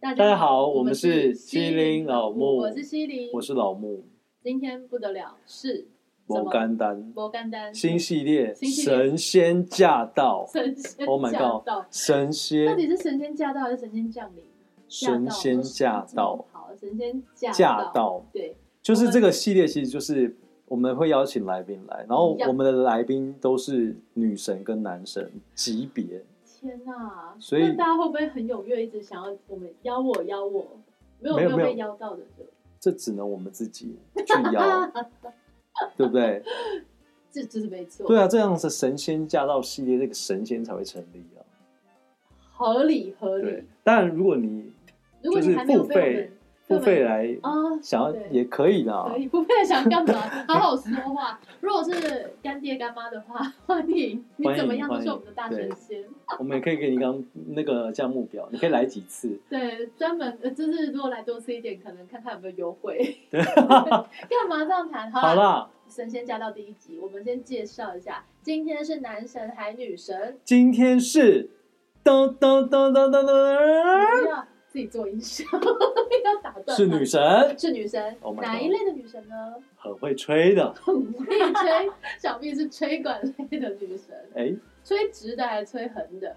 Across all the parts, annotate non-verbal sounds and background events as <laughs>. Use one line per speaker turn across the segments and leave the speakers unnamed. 大
大
家
家好，我
我
们是
是
西林老木，
我是西林，
我是老木，
今天不得了，是
摩甘丹
摩甘丹
新系列
新系列
神仙驾到，
神仙
Oh my god
驾到
神
到
仙
底是神仙驾到还是神仙降临？
神仙驾到
好，神仙驾
驾到，
对，
就是这个系列，其实就是我们会邀请来宾来，然后
呀
我们的来宾都是女神跟男神级别，
天哪！
所以
那大家会不会很踊跃，一直想要我们邀我邀我？没有
没有
有
没有
被邀到的，就
这只能我们自己去
<laughs>
邀，对不对？
这这是没错，
对啊，这样子神仙驾到系列，这个神仙才会成立啊。
合理合
对
理。，
当然如果你
如果
就
你
是
还没有
付
被我
费
们
付费来
啊，
想要
对
也可以啦
可，以，不配想干嘛？好好说话。如果是干爹干妈的话，欢迎你
欢迎
怎么样都
欢
是
迎
我们的大神仙。
我们也可以给你刚那个价目表，你可以来几次，
对，专门呃，就是如果来多吃一点，可能看看有没有优
<laughs>
惠。干嘛这样谈？
好
啦，
啦。
神仙驾到第一集，我们先介绍一下，今天是男神还女神，
今天是噔噔噔噔噔噔，
不要自己做音效， <laughs> 不要打断他。
啊是女神，
是女神
Oh my god
哪一类的女神呢？ <laughs>
很会吹的。
很会吹，想必是吹管类的女神，
哎，
吹直的还是吹横的？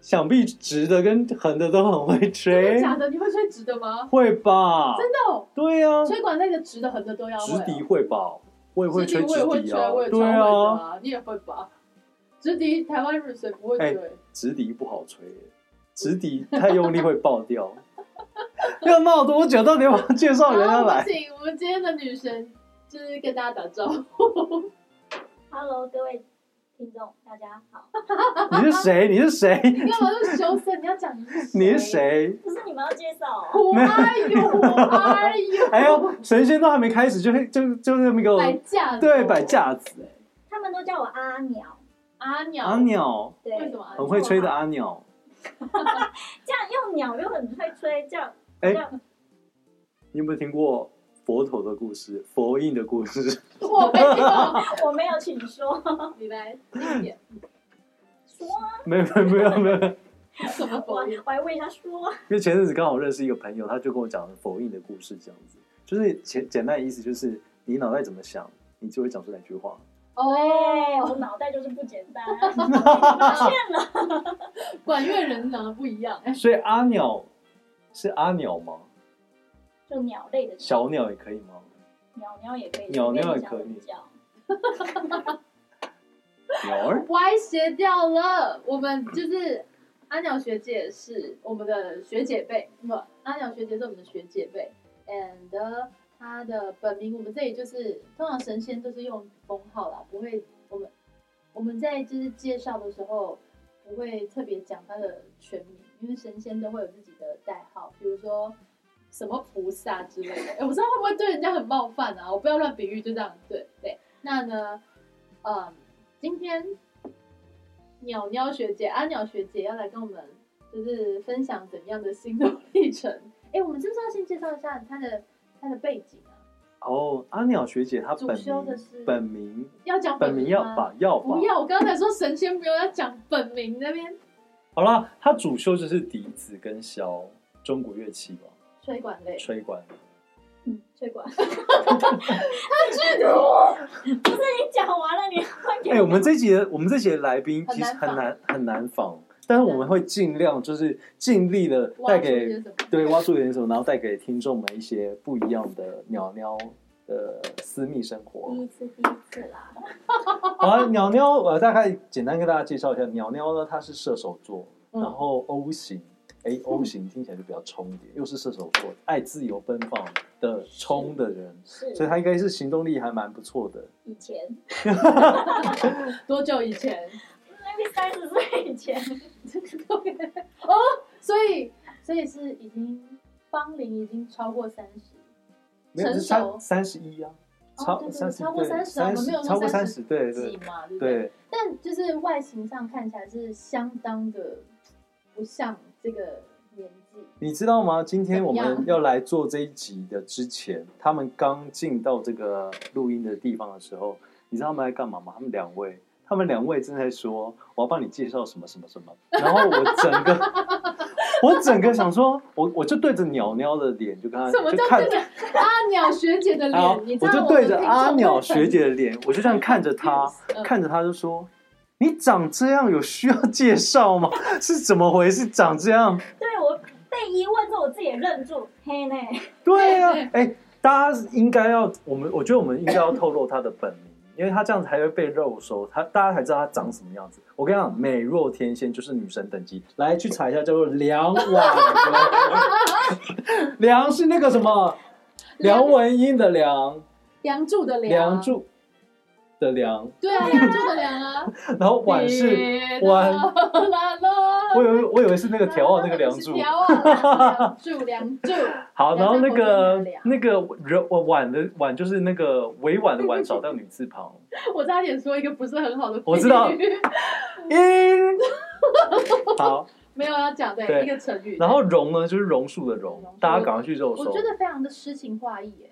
想必直的跟横的都很会
真的
吹，
假的？你会吹直的吗？
会吧？
真的哦，
对呀，
吹管类的直的、横的都要会
直
哦。
笛会吧？我也会
直
吹
笛我也会
笛
吹，
啊
我也，超
对
会的
啊，
啊，你也会吧？直笛台湾人谁不会
哎
吹？
直笛不好吹，直笛太用力会爆掉。要闹多久？到底要不要介绍人家
好，我们
来？
请我们今天的女神，就是跟大家打招呼。
Hello，各位听众，大家好。
你是谁？你是谁？
你干嘛那么羞涩？你要讲欸
你是？谁？
不是你们要介绍、哦，
我爱哟，我爱哟，
哎呦，神仙都还没开始，就就就那么一
摆
个
架子，
对摆架子。欸
他们都叫我阿鸟。
阿鸟，
阿，鸟，
对，
为什么阿
很
鸟？
会吹的阿鸟，
这样用鸟又很会吹，这样
哎
这样
你有没有听过佛陀的故事、佛印的故事？ <laughs>
我没有，
我没有请说。
你来一点，
说
没有没有没有没有，
什么
我
佛音？
我还问他说，
因为前阵子刚好认识一个朋友，他就跟我讲佛印的故事，这样子，就是简简单的意思就是你脑袋怎么想，你就会讲出哪句话。
哎，
哦，
我脑袋就是不简单，啊
<laughs>
管乐人长得不一样，哎，
所以阿鸟是阿鸟吗？
就鸟类的
小鸟也可以吗？
鸟鸟也可以，
鸟鸟也
随便你想
可以
怎么叫。
鸟儿
歪斜掉了。我们就是阿鸟学姐是我们的学姐辈，不，阿鸟学姐是我们的学姐辈，and 呃她的本名我们这里就是通常神仙都是用封号啦，不会我们我们在就是介绍的时候不会特别讲她的全名，因为神仙都会有自己的代号，比如说。什么菩萨之类的，哎、 <laughs> 我不知道会不会对人家很冒犯啊？我不要乱比喻，就这样，对对。那呢，嗯，今天鸟鸟学姐、阿鸟学姐要来跟我们就是分享怎样的心路历程。哎、我们是不是要先介绍一下她的她的背景啊？
哦，阿鸟学姐她
主
本
修的
名
是
本名
要讲
本名要
吗
把要吧
不，要，我刚才说神仙不要要讲本名那边
好啦，她主修就是笛子跟箫，中国乐器吧，
吹管类，
吹管。
嗯，吹管。
这个
不是你讲完了，你换给
<laughs> 哎、我们这集的我们这集的来宾
很
其实
难
很
访
难很难访，但是我们会尽量就是尽力的
挖
带 <laughs>
出一些
给
什么？
对挖出一点什么，然后带给听众们一些不一样的鸟鸟的私密生活
第。一次第一次啦。
好啊，鸟鸟呃，大概简单跟大家介绍一下，鸟鸟呢，它是射手座，
嗯
然后 O 型。A O 型听起来就比较冲一点，又是射手座，爱自由奔放的冲的人，
是
所以他应该是行动力还蛮不错的。
以前
多久以前？
，maybe 三十岁
<laughs>
以前，
哦，所以所以是已经芳龄已经超过三十，
没有，
成
是
熟
三三十一啊，
哦
超
对对
三十，
超过
对
30啊我们没有说
超过三
30
十，对
几
对
嘛，对不对？
对，
但就是外形上看起来是相当的不像这个年纪。
你知道吗？今天我
怎么
们
样
要来做这一集的之前，他们刚进到这个录音的地方的时候，你知道他们在干嘛吗？他们两位，
<laughs>
他们两位正在说我要帮你介绍什么什么什么，然后我整个我整个想说，我我就对着鸟鸟的脸就跟他
什么
啊就
叫
看
对，着阿鸟学姐的
然后
脸？你知
我
道
就
我
对
们
着
听
阿
众
鸟
会
学
很
姐的脸，我就这样看着她，
嗯
看着她就说：“你长这样有需要介绍吗？ <laughs> 是怎么回事？长这样？
对我被一问之后，我自己也愣住，嘿呢，
对呀、
对
哎、大家应该要，我们我觉得我们应该要透露她的本名，因为她这样子才会被肉收，她大家才知道她长什么样子。我跟你讲，美若天仙就是女神等级，来去查一下，叫做梁
<laughs>
婉歌，梁是那个什么梁文音的梁，
梁祝的梁，
梁祝的梁。”
对
<laughs>
啊，梁祝的梁啊。
然后碗是，碗
啦啦，
<laughs> 我以为我以为是那个调啊，那个梁
是 <laughs>
祝。
调
<laughs>
啊，梁祝梁祝，
好，然后那个
梁山伯与女儿
那个人我碗的碗就是那个委婉的婉，少掉女字旁。
我差点说一个不是很好的比喻，
我知道音。好，
<laughs> 没有要讲对
对
一个成语，
然后榕呢就是榕树的榕
榕，
大家赶快去肉
我
搜
觉。得非常的诗情画意
<laughs>
耶。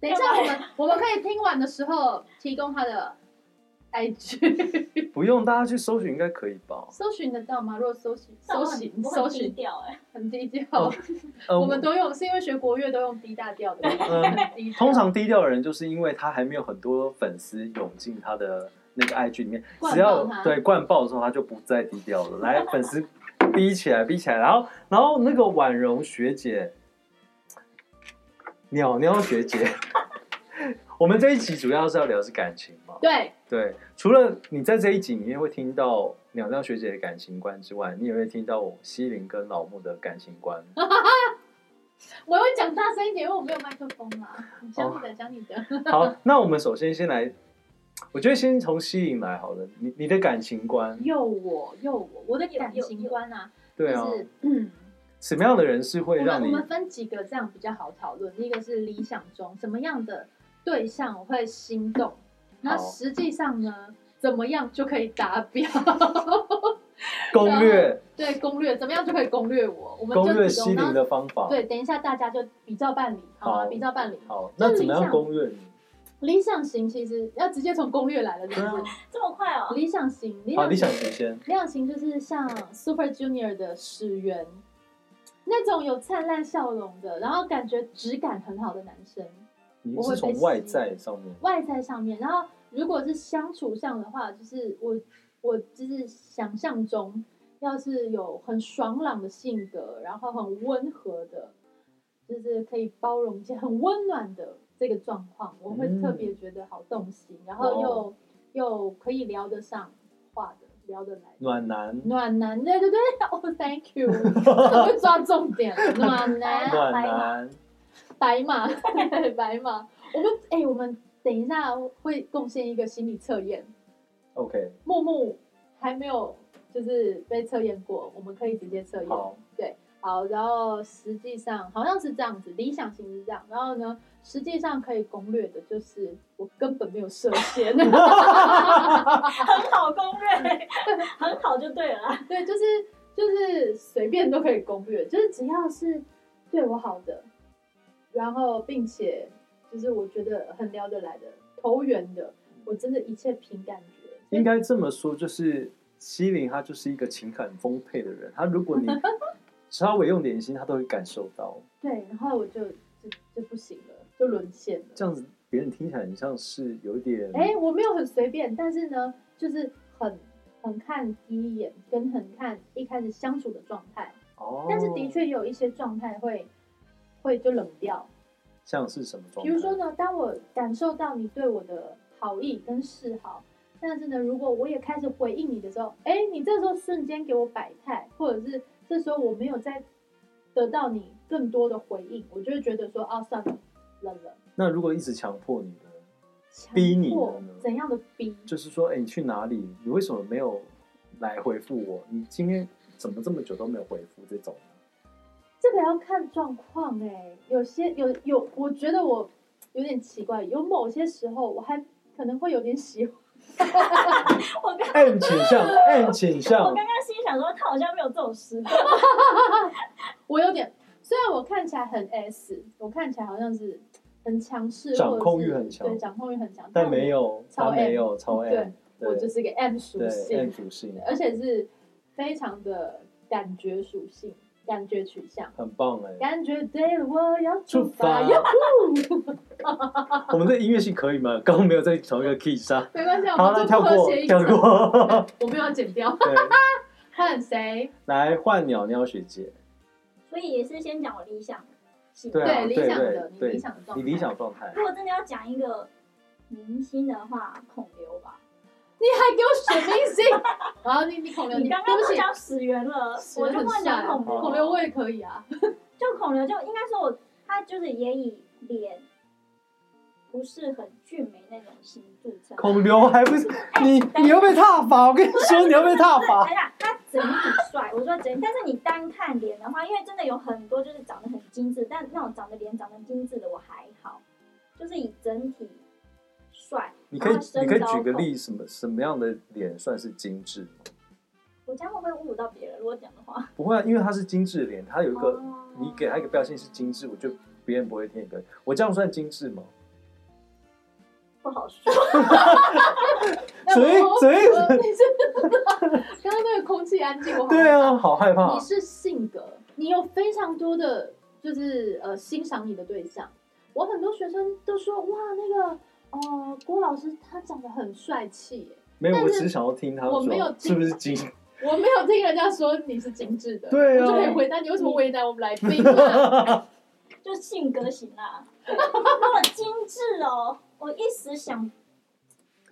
等一下，我们我们可以听完的时候提供他的 <laughs> IG，
不用大家去搜寻应该可以吧？
搜寻得到吗？如果搜寻
但
<laughs> 搜
我很
寻
我很
搜
低
寻
调哎，
很低调，
哦呃
我们都用是因为学国乐都用低大调的，
<laughs> 嗯
很低调
通常低调的人，就是因为他还没有很多粉丝涌进他的那个 IG 里面，
灌爆
只要
他
对灌爆的时候，他就不再低调了。来，粉丝逼起来，逼起来，然后然后那个婉容学姐，鸟鸟学姐， <laughs> 我们这一集主要是要聊的是感情嘛？
对
对，除了你在这一集里面会听到鸟鸟学姐的感情观之外，你也会听到我西林跟老木的感情观。
我会讲大声一点，因为我没有麦克风啦。你讲你的，讲你的。 <laughs>
好，那我们首先先来，我觉得先从吸引来好了。你你的感情观，
又我又我，我的感情观啊，
对啊
就，是嗯，
什么样的人是
我
会
们
让
我
你
们分几个这样比较好讨论。第一个是理想中什么样的对象我会心动，那实际上呢，怎么样就可以达标？ <laughs>
攻略
对，攻略怎么样就可以攻略我？我们
攻
就
略
只
吸引的方法？
对，等一下大家就比照办理，好吗？
哦好
比照办理。
好，那怎么
理
样
想
攻略你？
理想型其实要直接从攻略来了，是不是？
这么快哦，
理想型，理
啊好，
想
理
型
想型先。
理想型就是像 Super Junior 的始源，那种有灿烂笑容的，然后感觉质感很好的男生，
你
我会
是
被
从
吸
外
引
在上面，
外在上面，然后如果是相处上的话，就是我我就是想象中，要是有很爽朗的性格，然后很温和的，就是可以包容一些很温暖的这个状况，我会
嗯
特别觉得好动心，然后又、又可以聊得上话的，聊得来。
暖男，
暖男，对对对，哦、t h a n k you，我会抓重点，暖男，
暖
白马
男，
白马， <laughs> 对白马，我们哎、我们等一下会贡献一个心理测验，
OK，
木木还没有就是被测验过，我们可以直接测验，
好，
好，然后实际上好像是这样子，理想型是这样，然后呢，实际上可以攻略的就是我根本没有射 <laughs> 线，
很好攻
<laughs>
略，很好就对了啦。
对，就是就是随便都可以攻略，就是只要是对我好的，然后并且就是我觉得很聊得来的、投缘的，我真的一切凭感觉。
嗯应该这么说，就是西林他就是一个情感丰沛的人，他
<laughs>
如果你稍微用点心，他都会感受到。
对，然后我就就就不行了，就沦陷了。
这样子别人听起来很像是有一点，
哎、我没有很随便，但是呢，就是很很看第一眼，跟很看一开始相处的状态。
哦，
但是的确有一些状态会会就冷掉，
像是什么状
比
态？
如说呢，当我感受到你对我的好意跟示好，但是呢，如果我也开始回应你的时候，哎，你这时候瞬间给我摆态，或者是这时候我没有再得到你更多的回应，我就会觉得说，哦，算了，冷了，
那如果一直强迫你呢？
强
逼你
迫
了呢
怎样的逼？
就是说，哎、你去哪里？你为什么没有来回复我？你今天怎么这么久都没有回复？这种
这个要看状况哎、有些有有，我觉得我有点奇怪，有某些时候我还可能会有点喜欢，
我刚
M 哎倾向，M 倾
我
向
刚，刚心想说，他好像没有这种时刻，
我有点，虽然我看起来很 S，我看起来好像是很强势，
掌
或者是
控欲很强
对，掌控欲很强，
但没，有，
超 M
他没有超 M，
我就是个 M 属
对 M
性，
属性，
而且是非常的感觉属性、感觉取向。
很棒哎、
感觉对了，我要出
出
发
发
呀！啊
我们的音乐性可以吗？刚刚没有在同一个 key 上。
没关系，我
好，
们
那
就
跳
不和
过
谐，一
跳
点。 <laughs>
过。
我们要剪掉。
对，
换谁？
来换鸟鸟学姐，
所以也是先讲我理想型。
对啊
理想的，你
对
理想的状态。
你理想状态
如果真的要讲一个明星的话，孔刘吧。
你还给我选明
<laughs>
星？然后你你孔刘，
你刚刚
对不
都
起，
讲史源了，
史
我
源
就
很
不能讲孔
帅啊
刘。
孔刘我也可以啊。
就孔刘就应该说我，他就是也以脸不是很俊美那种型著称。
孔刘还
<laughs>
不是你，你要被踏伐！我跟你说，你要被踏
不是，
伐
<laughs> 等。一下，哎他整体帅，我说整体，但是你单看脸的话，因为真的有很多就是长得很精致，但那种长得脸长得精致的我还好，就是以整体帅。
你可以
然后，身
你可以
高
举个
高
例，什么什么样的脸算是精致？
我这样会不会侮辱到别人？如果讲的话，
不会啊，因为它是精致脸，它有一个，
哦
你给它一个标签是精致，我就别人不会听你的。我这样算精致吗？
不好说。 <laughs>
所以
我
所以
我你是刚刚那个空气安静，我好
对啊，好害怕
你。是性格，你有非常多的就是呃欣赏你的对象。我很多学生都说哇，那个呃郭老师他长得很帅气耶，
没有，
但
我
是
只是想要听他
我
说
没有
是不是精。
我没有听人家说你是精致的，
对啊
我就可以回答你为什么为难我们来宾、啊？
就性格型啦、那么精致哦，我一时想，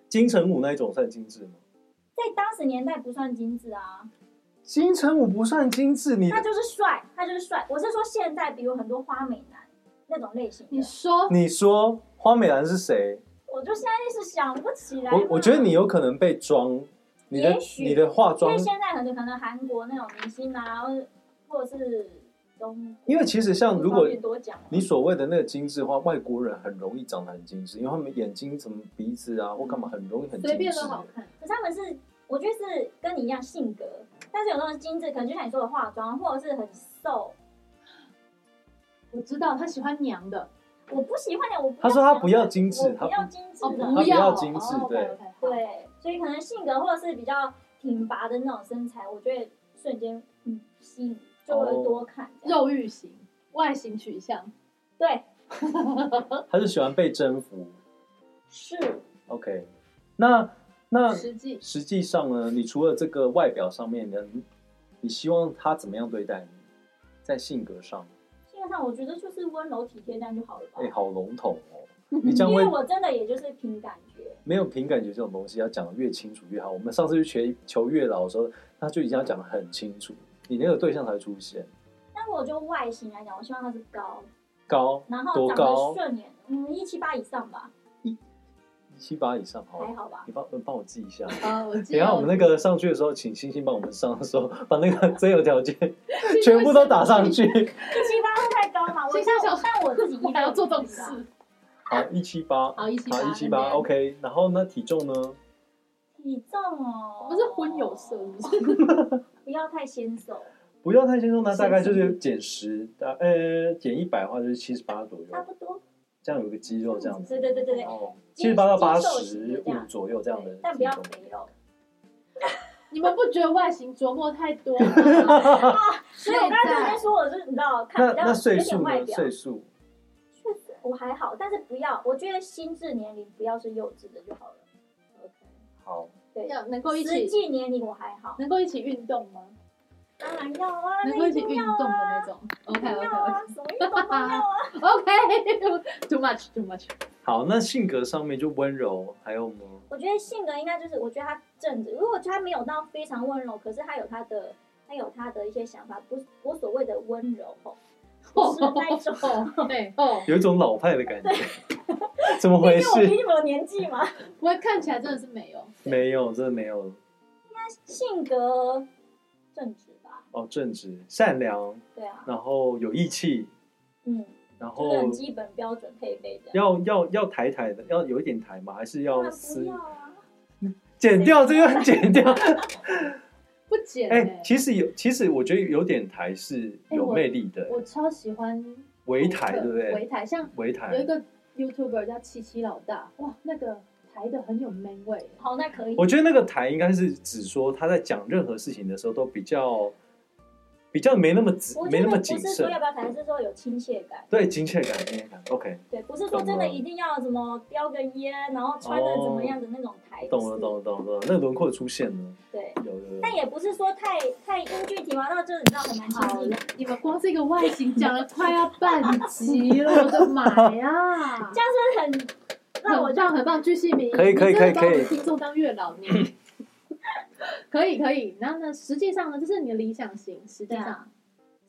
金城武那一种算精致吗？
在当时年代不算精致啊，
金城武不算精致，你
他就是帅，他就是帅。我是说现在，比如很多花美男那种类型的
你，说
你说花美男是谁？
我就现在一时想不起来嘛。
我我觉得你有可能被装，你的
也许
你的化
因
妆
为，现在很多可能韩国那种明星啊，或者或者是中，
因为其实像如
不
果
方便多讲，
你所谓的那个精致化，外国人很容易长得很精致，因为他们眼睛怎么鼻子啊或干嘛，很容易很精致。
随便都好看，
可是他们是，我觉得是跟你一样性格，但是有那种精致，可能就像你说的化妆，或者是很瘦。
我知道他喜欢娘的
我不喜欢你，欸我不
他说他不要精致
我
啊他
不要精致
哦，
的，
不要
要
精致
哦、
对
OK，OK，好
对，所以可能性格或者是比较挺拔的那种身材，我觉得瞬间嗯吸引，就
哦
会多看这样。
肉欲型、外形取向，
对，
他就喜欢被征服。
是
OK，那那
实
<laughs>
际
实际上呢，你除了这个外表上面的，你你希望他怎么样对待你？在性格上，
基本上我觉得就是温柔体贴这样就好了吧
哎、。好笼统
<laughs>
哦。你这样
因
会
为我真的也就是凭感觉，
没有凭感觉这种东西，要讲的越清楚越好。我们上次去学求月老的时候，他就已经要讲的很清楚，你那个对象才会出现。
但是我就外形来讲，我希望他是高，
高
然后
多
长
高
得顺眼，嗯，一七八以上吧，
一七八以上，好
还
了，
好吧。
你帮呃帮我记一
<laughs>
下。
啊，我
等
记
一下
得
我们那个上去的时候，请星星帮我们上的时候，把那
<laughs>
个真有条件
<laughs>
全部都打上。去。
一七八会太高嘛？我
心
但
想
我但我自己
我
一
还要
要
做这种事，
好，一七八，
哦
好178
好一七八
那边
，OK。然后呢，体重呢？
体重哦，
不是婚友社，不是
不要太纤瘦，
不要太轻松，那大概就是减十，大呃减一百的话就是七十八左右，
差不多。
这样有个肌肉这样子。
对对对对对，
哦，七
肌
十八到八
肌肉型
十
的这
五
样
左右这样的
对但不
体
要
重。
肥哦肉。
<laughs> 你们不觉得外形琢磨太多吗？ <laughs>
所以我刚才就在说，我是你知道，看
那
比较
那岁
有
数
点外
呢？
表，
岁数
确实我还好，但是不要，我觉得心智年龄不要是幼稚的就好了。
好，
要能够一
实
起
际年龄我还好，
能够一起运动吗？
当然要啊，
能
那
够一
一
起
定
运
要
动的
啊，
那 <laughs> 种。OK
要
OK
啊，什么运动都要啊。
OK OK，too much too much。
好，那性格上面就温柔，还有吗？
我觉得性格应该就是，我觉得他正直。如果他没有到非常温柔，可是他有他的，他有他的一些想法，不是我所谓的温柔吼，不是那一种。
<laughs> 对哦，
有一种老派的感觉，怎么
毕
回
竟我比
事？
你们有年纪嘛。
不会看起来真的是没有。
没有，真的没有
<laughs> 性格正直吧，
哦，正直、善良，
对啊，
然后有义气，
嗯，
然
就是
后
很基本标准配备的。
要要要抬抬的，要有一点抬嘛，还是
当
要
然
撕
不要啊，
剪掉这个，剪掉。
不减
<laughs> 哎、
欸
其实有，其实我觉得有点抬是
哎
有
我
魅力的、
我超喜欢
围台对不
围
对？
台像
围
有一
台，
个 YouTuber 叫七七老大，哇，那个台的很有 man 味耶。
好，那可以。
我觉得那个台应该是指说他在讲任何事情的时候都比较比较没那么谨
我，觉
没
得
那么
不
谨
是说
慎
要。不要谈，是说有亲切感。
对，亲切感，亲切感。OK，
对，不是说真的一定要怎么叼个烟，然后穿的怎么样的那种台式。
哦懂了，懂了，懂了，懂了。那个轮廓出现了，
对，
有有有。
但也不是说太太英剧体嘛，到这你知道很难
好
亲
了
近。，
你们光这个外形讲了快要半集了，我的妈呀！
这样是很让我
很棒，很棒，巨细靡遗。
可以可以
你真的
可
把我
以可以
们听众当月
<laughs>
老你。可以可以，然后呢？实际上呢，这是你的理想型。实际
对
上
啊，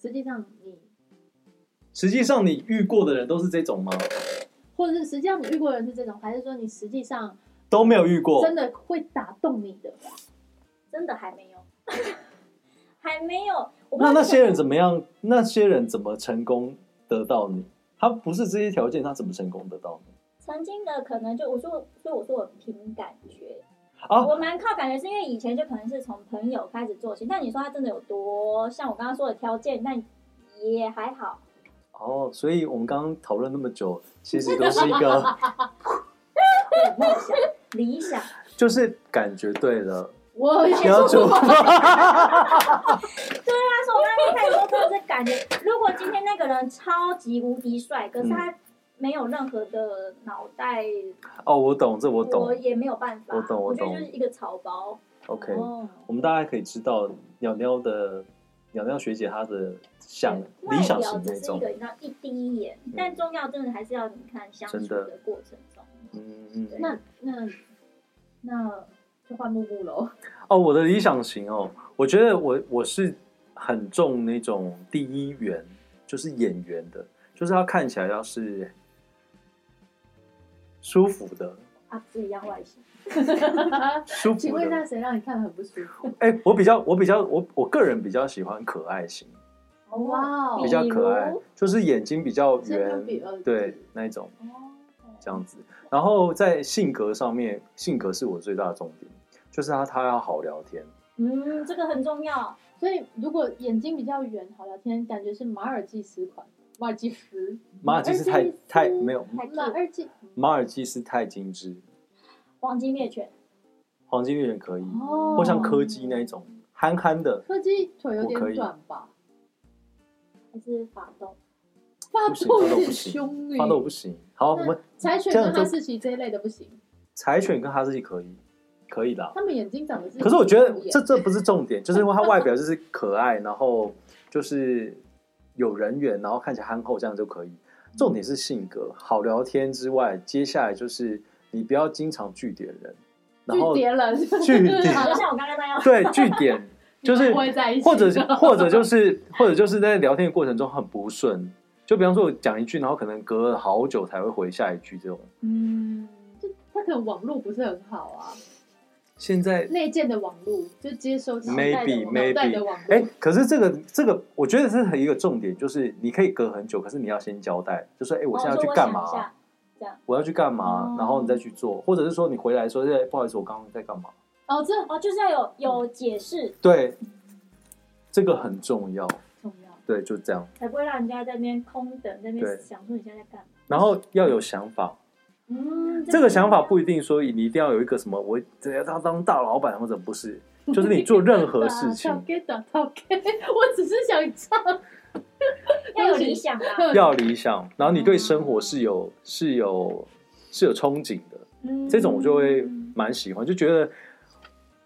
实际上你，
实际上你遇过的人都是这种吗？
或者是实际上你遇过的人是这种，还是说你实际上
都没有遇过。
真的会打动你的？
真的还没有， <laughs> 还没有。我不知
那
道
那些人怎么样？那些人怎么成功得到你？他不是这些条件，他怎么成功得到你？
曾经的可能就我说，所以我说我凭感觉，
啊
我蛮靠感觉，是因为以前就可能是从朋友开始做起。但你说他真的有多像我刚刚说的条件，但也还好。 <laughs>
哦，所以我们刚刚讨论那么久，其实都是一个，
<laughs> 对梦想、理想，
就是感觉对
<laughs>
了，
我也
标准。
对啊，所以我刚刚一开始说真的是感觉，如果今天那个人超级无敌帅，可是他没有任何的脑袋，
<laughs> 哦，我懂，这我
我
懂。
也没有办法。
我懂我
我觉
懂
得就是一个草包。
OK，
哦，
我们大概可以知道鸟鸟的鸟鸟学姐她的想
对
理想
外表
型
只
那
是一
种嗯
个，你知道一滴一眼，但重要真的还是要你看相处
真的
的过程中。
嗯嗯。嗯
那那 <laughs> 那就换木木喽。
哦，我的理想型哦，我觉得我我是很重那种第一元，就是演员的，就是他看起来要是舒服的，
啊，不一样外形，
舒
请
服
问一
的。
下，谁让你看得很不舒服？
哎、我比较我比较我我个人比较喜欢可爱型，
哇哦
比较可爱
比如，
就是眼睛比较
先不用
圆
比二，
对
字
那一种
哦，
这样子。然后在性格上面，性格是我最大的重点，就是他他要好聊天。
嗯，这个很重要。
所以如果眼睛比较圆，好聊天，感觉是马尔济斯款，马尔济斯，哎
马尔济斯太太没有，
还
马
是
尔济
马尔济斯太精致，
黄金猎犬，
黄金猎人可以，
哦，
或像柯基那一种憨憨的，
柯基腿有
我可
点
以
短吧，
还是法斗，
发
不行
豆
发豆
有点
不行
凶哎，
发豆我不行。好，我
那
们
柴犬
这
跟
样
哈
就
士奇这一类的不行，
柴犬跟哈士奇可以，可以的。
他们眼睛长得是，
可是我觉得这这不是重点，就是它外表就是可爱，然后就是有人缘，然后看起来憨厚，这样就可以。重点是性格好聊天之外，接下来就是你不要经常据点人，然后
巨蝶人，<laughs>
据点
<laughs> 就像我刚刚那样，
对据点就是
不会在一起的，
或者是 <laughs> 或者就是或者就是在聊天的过程中很不顺，就比方说我讲一句，然后可能隔了好久才会回下一句这种。
嗯，就 <laughs> 他可能网络不是很好啊，
现在
内建的网络就接收脑袋的
Maybe,
网脑袋的网
哎、
络，
可是这个这个，我觉得这是一个重点，就是你可以隔很久，可是你要先交代，就说哎、我现在要去干嘛
哦我说我想一下？
我要去干嘛
哦？
然后你再去做，或者是说你回来说，哎，不好意思，我刚刚在干嘛？
哦，这
哦，就是要
嗯
有有解释，
对，这个很重要。
重要。
对，就这样。
才不会让人家在那边空等，在那
对
边想说你现在在干嘛。
然后要有想法，
嗯，
这个想法不一定说你一定要有一个什么，我只要当当大老板或者不 <laughs> 是，就是你做任何事情
给啊打套给， <laughs> 我只是想唱。
要有理想啊，
要理想，然后你对生活是有是有是有憧憬的。
嗯
这种我就会蛮喜欢，就觉得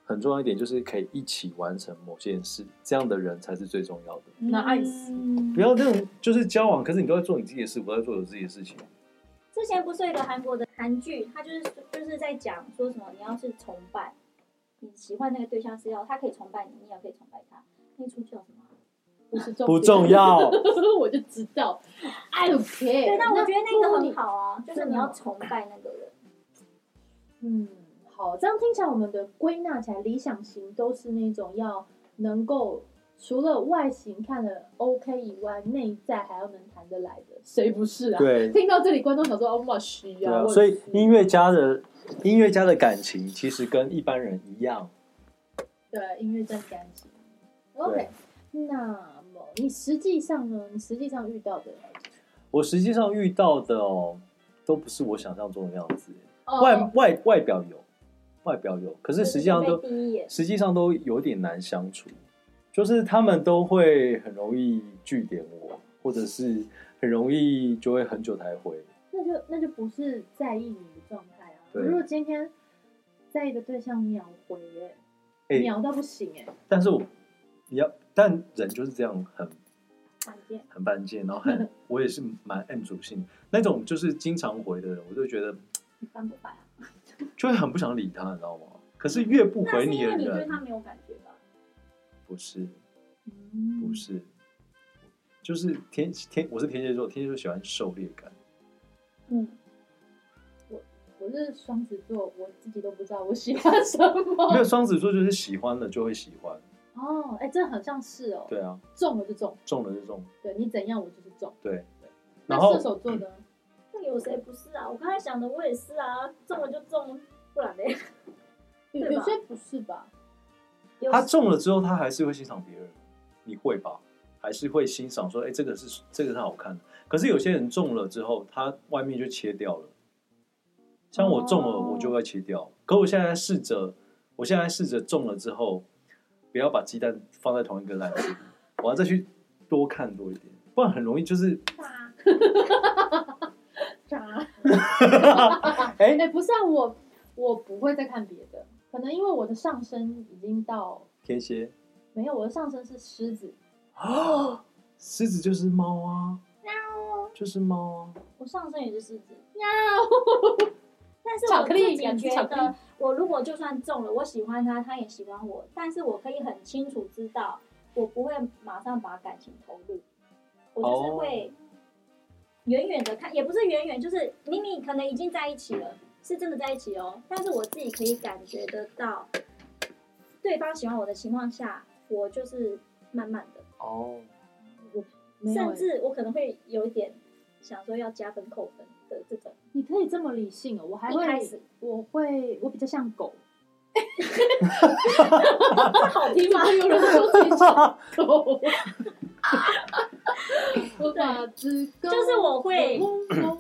很重要一点就是可以一起完成某件事，这样的人才是最重要的。
那爱死
嗯不要那种就是交往，可是你都在做你自己的事，我在做我自己的事情。
之前不是有一个韩国的韩剧，他就是就是在讲说什么，你要是崇拜，你喜欢那个对象是要他可以崇拜你，你也可以崇拜他。那出叫什么啊？
不是重
不重要
<laughs> 我就知道。I don't care。
对，但我觉得那个很
好。
好啊，就是你要崇拜那个人。
嗯，好，这样听起来我们的归纳起来，理想型都是那种要能够除了外形看的 OK 以外，内在还要能谈得来的，谁不是啊？
<laughs> 对
听到这里，观众想说：“哦，我需
对 <laughs>
要。
啊，
我
所以
需
音乐家的音乐家的感情其实跟一般人一样，
对音乐真干净。OK，那么你实际上呢？你实际上遇到的
我实际上遇到的哦，都不是我想象中的样子。
哦
外外外表有，外表有，可
就是
实际上都
被第一眼
实际上都有点难相处。就是他们都会很容易据点我，或者是很容易就会很久才回。
那就那就不是在意你的状态啊。
对
如果今天在意的对象秒回、欸，
哎、
秒到不行、欸，哎，
但是我你要，但人就是这样很
反见，
很犯贱，然后
<laughs>
很我也是蛮 M 属性那种，就是经常回的人，我就觉得
你翻不翻啊？
就会很不想理他，你知道吗？可是越不
那
回
是因为
的
你对
人，
他没有感觉吧？
不是
嗯，
不是，就是天天我是天蝎座，天蝎座喜欢狩猎感。
嗯，
我是双子座，我自己都不知道我喜欢什
没有
么。 <laughs>
双子座就是喜欢了就会喜欢，
哦，哎、这很像是哦，
对啊，
中了就中，
中了就中，
对你怎样我就是中。
对。
那
然后嗯
射手座呢？
那有谁不是啊？我刚才想的我也是啊，中了就中，不然嘞？
有
对吧
有些不是吧？
有
他中了之后，他还是会欣赏别人，你会吧？还是会欣赏说，哎、这个是这个是好看的。可是有些人中了之后，他外面就切掉了。像我中了，
哦
我就会切掉。可我现在试着，我现在试着中了之后，不要把鸡蛋放在同一个篮子里，我要再去多看多一点，不然很容易就是，
渣，
渣。
<laughs> 哎、
哎、不是啊，我我不会再看别的，可能因为我的上升已经到
天蝎
没有，我的上升是狮子，
啊， <gasps> 狮子就是猫啊，就是猫啊。
我上身也是狮子，
喵，
但是
巧
我
克
自
力
己
两只
觉
巧克力
得，我如果就算中了，我喜欢他，他也喜欢我，但是我可以很清楚知道，我不会马上把感情投入，我就是
哦
会远远的看，也不是远远，就是明明可能已经在一起了，是真的在一起哦，但是我自己可以感觉得到，对方喜欢我的情况下，我就是慢慢的，
哦，
没有哎
甚至我可能会有一点想说要加分扣分的这种，
你可以这么理性哦，我还
一
会
开始
我会，我比较像狗。
<laughs> 好听吗？
<laughs> 有人说自己像
<laughs>
狗，我哪只狗？
就是我会
嗡嗡嗡，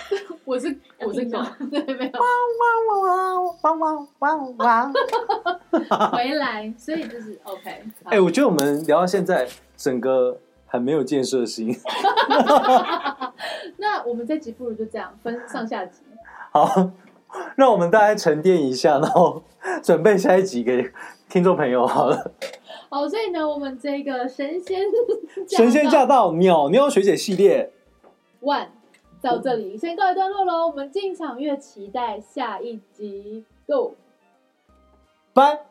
<laughs> 我
<laughs>
是我是狗，对，没有
汪汪汪汪。
回来，所以就是 OK 好。
<laughs> 哎、我觉得我们聊到现在，整个很没有建设性。 <laughs>
那我们这集不如就这样分上下集。
好，让我们大家沉淀一下，然后准备下一集给听众朋友好了。
好，所以呢，我们这个神仙 <laughs>
神仙驾到，鸟妞学姐系列，
万到这里先告一段落喽。我们进场乐期待下一集，Go。
拜。